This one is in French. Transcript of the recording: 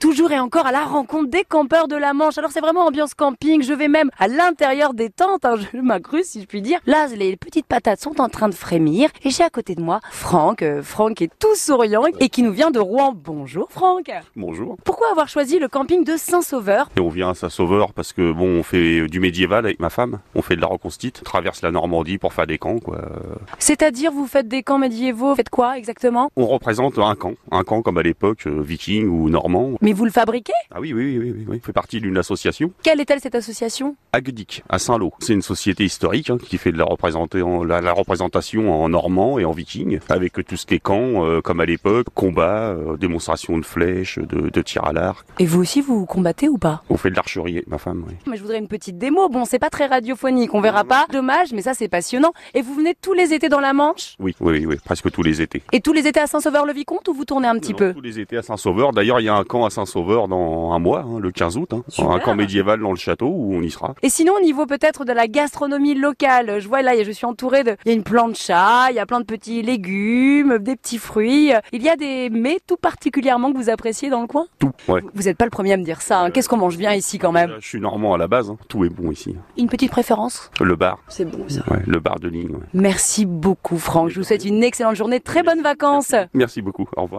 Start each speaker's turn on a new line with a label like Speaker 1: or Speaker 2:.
Speaker 1: toujours et encore à la rencontre des campeurs de la Manche. Alors c'est vraiment ambiance camping, je vais même à l'intérieur des tentes, hein, je m'incruste si je puis dire. Là, les petites patates sont en train de frémir et j'ai à côté de moi Franck, euh, Franck est tout souriant et qui nous vient de Rouen. Bonjour Franck
Speaker 2: Bonjour.
Speaker 1: Pourquoi avoir choisi le camping de Saint-Sauveur
Speaker 2: Et on vient à Saint-Sauveur parce que bon, on fait du médiéval avec ma femme, on fait de la reconstite, on traverse la Normandie pour faire des camps quoi.
Speaker 1: C'est-à-dire vous faites des camps médiévaux, vous faites quoi exactement
Speaker 2: On représente un camp, un camp comme à l'époque euh, viking ou normand.
Speaker 1: Mais vous le fabriquez
Speaker 2: Ah oui oui oui oui, oui, oui. On fait partie d'une association,
Speaker 1: Quelle est-elle cette association
Speaker 2: Agdic à Saint-Lô. C'est une société historique hein, qui fait de la, représenté- en- la, la représentation en normand et en viking avec tout ce qui est camp euh, comme à l'époque, combat, euh, démonstration de flèches, de, de tir à l'arc.
Speaker 1: Et vous aussi vous combattez ou pas
Speaker 2: On fait de l'archerie avec ma femme. Oui.
Speaker 1: Mais je voudrais une petite démo. Bon, c'est pas très radiophonique, on verra pas. Dommage, mais ça c'est passionnant. Et vous venez tous les étés dans la Manche
Speaker 2: Oui, oui, oui, oui, presque tous les étés.
Speaker 1: Et tous les étés à Saint-Sauveur-le-Vicomte ou vous tournez un petit
Speaker 2: Non,
Speaker 1: peu
Speaker 2: Tous les étés à Saint-Sauveur. D'ailleurs, il y a un camp à Saint-Sauveur dans un mois, hein, le 15 août. hein.
Speaker 1: Super.
Speaker 2: un camp médiéval dans le château où on y sera.
Speaker 1: Et sinon, au niveau peut-être de la gastronomie locale, je vois là, je suis entourée de. Il y a une plancha, il y a plein de petits légumes, des petits fruits. Il y a des mets tout particulièrement que vous appréciez dans le coin
Speaker 2: Tout. Ouais.
Speaker 1: Vous n'êtes pas le premier à me dire ça. hein. Qu'est-ce qu'on mange bien ici quand même
Speaker 2: Je suis normand à la base. hein. Tout est bon ici.
Speaker 1: Une petite préférence
Speaker 2: Le bar.
Speaker 1: C'est bon ça.
Speaker 2: Ouais, le bar de ligne. ouais.
Speaker 1: Merci beaucoup, Franck. Je vous souhaite une excellente journée, très bonnes vacances.
Speaker 2: Merci beaucoup. Au revoir.